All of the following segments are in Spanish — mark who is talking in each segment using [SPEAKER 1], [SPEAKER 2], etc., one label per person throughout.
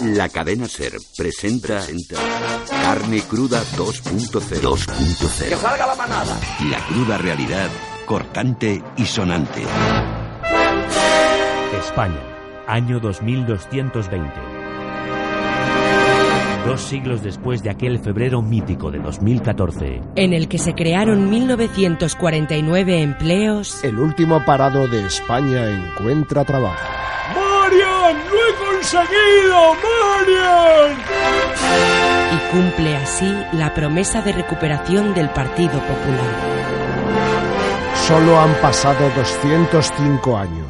[SPEAKER 1] La cadena Ser presenta, Carne Cruda 2.0. 2.0.
[SPEAKER 2] ¡Que salga la manada!
[SPEAKER 1] La cruda realidad, cortante y sonante.
[SPEAKER 3] España, año 2220. Dos siglos después de aquel febrero mítico de 2014,
[SPEAKER 4] en el que se crearon 1949 empleos,
[SPEAKER 5] El último parado de España encuentra trabajo.
[SPEAKER 6] ¡Marian! ¡Lo he conseguido! ¡Marian!
[SPEAKER 4] y cumple así la promesa de recuperación del Partido Popular.
[SPEAKER 5] Solo han pasado 205 años.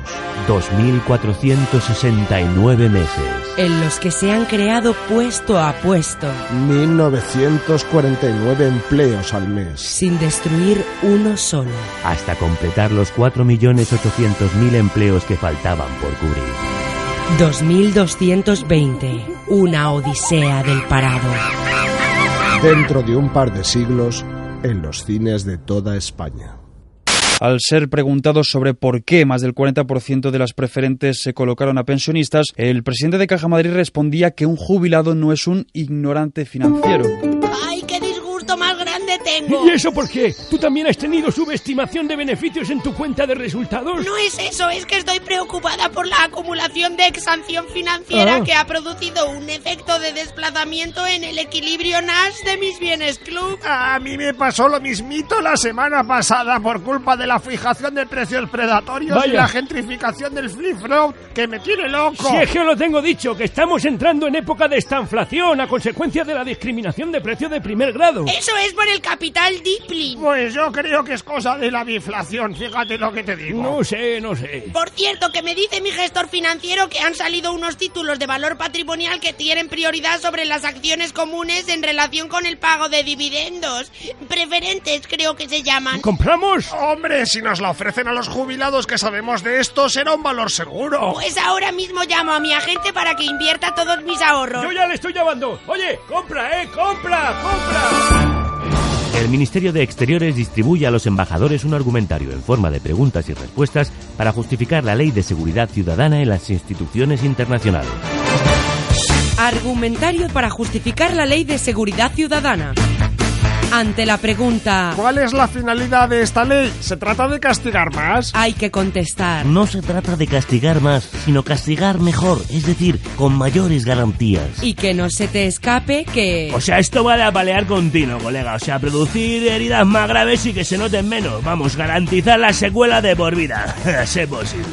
[SPEAKER 3] 2.469 meses.
[SPEAKER 4] En los que se han creado puesto a puesto,
[SPEAKER 5] 1949 empleos al mes.
[SPEAKER 4] sin destruir uno solo.
[SPEAKER 3] Hasta completar los 4.800.000 empleos que faltaban por cubrir.
[SPEAKER 4] 2220, una odisea del parado.
[SPEAKER 5] Dentro de un par de siglos, en los cines de toda España.
[SPEAKER 7] Al ser preguntado sobre por qué más del 40% de las preferentes se colocaron a pensionistas, el presidente de Caja Madrid respondía que un jubilado no es un ignorante financiero.
[SPEAKER 8] ¡Ay, qué disgusto más grande tengo!
[SPEAKER 6] ¿Y eso por qué? Eh, ¿Tú también has tenido subestimación de beneficios en tu cuenta de resultados?
[SPEAKER 8] No es eso, es que estoy preocupada por la acumulación de exanción financiera
[SPEAKER 6] Ah.
[SPEAKER 8] que ha producido un efecto de desplazamiento en el equilibrio Nash de mis bienes club.
[SPEAKER 9] A mí me pasó lo mismito la semana pasada por culpa de la fijación de precios predatorios
[SPEAKER 6] Vaya.
[SPEAKER 9] y la gentrificación del flip flow que me tiene loco.
[SPEAKER 6] Si es que os lo tengo dicho, que estamos entrando en época de estanflación a consecuencia de la discriminación de precios de primer grado.
[SPEAKER 8] Eso es por el capital Diplin.
[SPEAKER 9] Pues yo creo que es cosa de la biflación, fíjate lo que te digo.
[SPEAKER 6] No sé, no sé.
[SPEAKER 8] Por cierto, que me dice mi gestor financiero que han salido unos títulos de valor patrimonial que tienen prioridad sobre las acciones comunes en relación con el pago de dividendos. Preferentes, creo que se llaman.
[SPEAKER 6] ¿Compramos?
[SPEAKER 9] Hombre, si nos la ofrecen a los jubilados que sabemos de esto, será un valor seguro.
[SPEAKER 8] Pues ahora mismo llamo a mi agente para que invierta todos mis ahorros.
[SPEAKER 6] Yo ya le estoy llamando. Oye, compra, eh, compra, compra.
[SPEAKER 3] El Ministerio de Exteriores distribuye a los embajadores un argumentario en forma de preguntas y respuestas para justificar la ley de seguridad ciudadana en las instituciones internacionales.
[SPEAKER 4] Argumentario para justificar la ley de seguridad ciudadana. Ante la pregunta,
[SPEAKER 9] ¿Cuál es la finalidad de esta ley? ¿Se trata de castigar más?
[SPEAKER 4] hay que contestar.
[SPEAKER 10] No se trata de castigar más, sino castigar mejor, es decir, con mayores garantías.
[SPEAKER 4] Y que no se te escape que...
[SPEAKER 10] sea, esto va a balear continuo, colega. O sea, producir heridas más graves y que se noten menos. Vamos, garantizar la secuela de por vida. ser posible.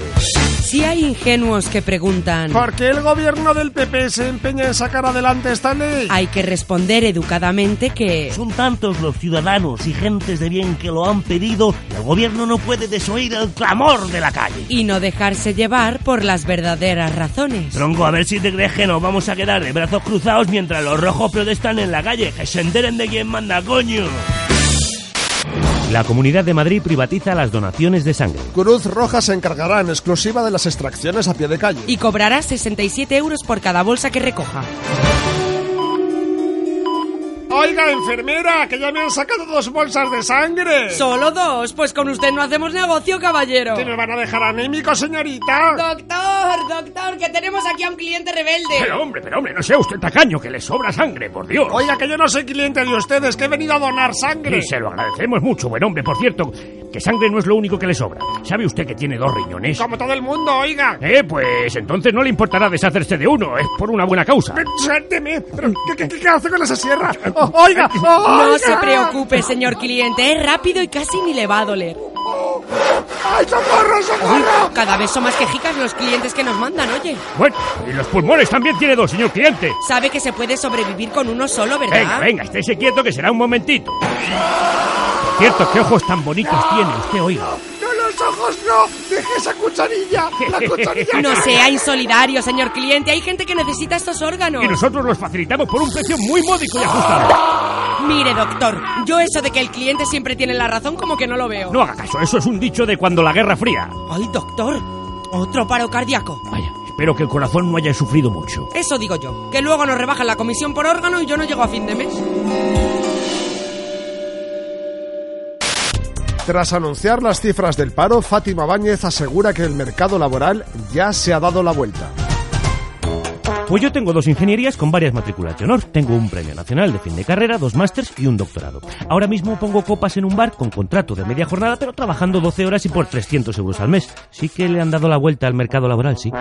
[SPEAKER 4] Si hay ingenuos que preguntan,
[SPEAKER 9] ¿Por qué el gobierno del PP se empeña en sacar adelante esta ley?
[SPEAKER 4] hay que responder educadamente que...
[SPEAKER 10] Son tantos los ciudadanos y gentes de bien que lo han pedido, que el gobierno no puede desoír el clamor de la calle.
[SPEAKER 4] Y no dejarse llevar por las verdaderas razones.
[SPEAKER 10] Tronco, a ver si te crees que nos vamos a quedar de brazos cruzados mientras los rojos protestan en la calle. Que se enteren de quién manda, coño.
[SPEAKER 3] La Comunidad de Madrid privatiza las donaciones de sangre.
[SPEAKER 5] Cruz Roja se encargará en exclusiva de las extracciones a pie de calle.
[SPEAKER 4] Y cobrará 67 euros por cada bolsa que recoja.
[SPEAKER 9] Oiga, enfermera, que ya me han sacado dos bolsas de sangre.
[SPEAKER 4] Solo dos, pues con usted no hacemos negocio, caballero.
[SPEAKER 9] ¿Que me van a dejar anémico, señorita?
[SPEAKER 4] Doctor, doctor, que tenemos aquí a un cliente rebelde.
[SPEAKER 6] Pero hombre, pero hombre, no sea usted tacaño, que le sobra sangre, por Dios.
[SPEAKER 9] Oiga, que yo no soy cliente de ustedes, que he venido a donar sangre.
[SPEAKER 6] Y se lo agradecemos mucho, buen hombre. Por cierto, que sangre no es lo único que le sobra. ¿Sabe usted que tiene dos riñones?
[SPEAKER 9] Como todo el mundo, oiga.
[SPEAKER 6] Eh, pues entonces no le importará deshacerse de uno, es por una buena causa. Oh,
[SPEAKER 9] Pero, Suélteme. Pero, ¿qué, qué, qué- qué hace con esa sierra? O- Oh, oiga,
[SPEAKER 4] No
[SPEAKER 9] oiga.
[SPEAKER 4] se preocupe, señor cliente, es rápido y casi ni le va a doler.
[SPEAKER 9] ¡Ay, socorro,
[SPEAKER 4] Uy,
[SPEAKER 9] socorro!
[SPEAKER 4] cada vez son más quejicas los clientes que nos mandan, oye.
[SPEAKER 6] Bueno, y los pulmones también tiene dos, señor cliente.
[SPEAKER 4] Sabe que se puede sobrevivir con uno solo, ¿verdad?
[SPEAKER 6] Venga, venga, estése quieto que será un momentito. Por cierto, qué ojos tan bonitos tiene usted, oiga.
[SPEAKER 9] ¡No, los ojos no! ¡Deje esa cucharilla! ¡La cucharilla!
[SPEAKER 4] No sea insolidario, señor cliente. Hay gente que necesita estos órganos.
[SPEAKER 6] Y nosotros los facilitamos por un precio muy módico y ajustado.
[SPEAKER 4] Mire, doctor, yo eso de que el cliente siempre tiene la razón como que no lo veo.
[SPEAKER 6] No haga caso, eso es un dicho de cuando la guerra fría.
[SPEAKER 4] Ay, doctor, otro paro cardíaco.
[SPEAKER 6] Vaya, espero que el corazón no haya sufrido mucho.
[SPEAKER 4] Eso digo yo, que luego nos rebajan la comisión por órgano y yo no llego a fin de mes.
[SPEAKER 5] Tras anunciar las cifras del paro, Fátima Báñez asegura que el mercado laboral ya se ha dado la vuelta.
[SPEAKER 6] Pues yo tengo dos ingenierías con varias matrículas de honor. Tengo un premio nacional de fin de carrera, dos másters y un doctorado. Ahora mismo pongo copas en un bar con contrato de media jornada, pero trabajando 12 horas y por 300 euros al mes. Sí que le han dado la vuelta al mercado laboral, sí.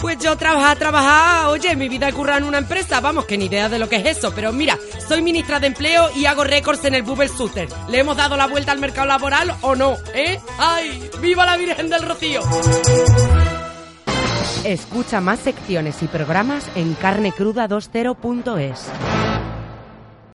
[SPEAKER 4] Pues yo trabajar, trabajar. Oye, mi vida curra en una empresa. Vamos, que ni idea de lo que es eso. Pero mira, soy ministra de Empleo y hago récords en el Bubble Sutter. ¿Le hemos dado la vuelta al mercado laboral o no? ¿Eh? ¡Ay! ¡Viva la Virgen del Rocío!
[SPEAKER 8] Escucha más secciones y programas en carnecruda20.es.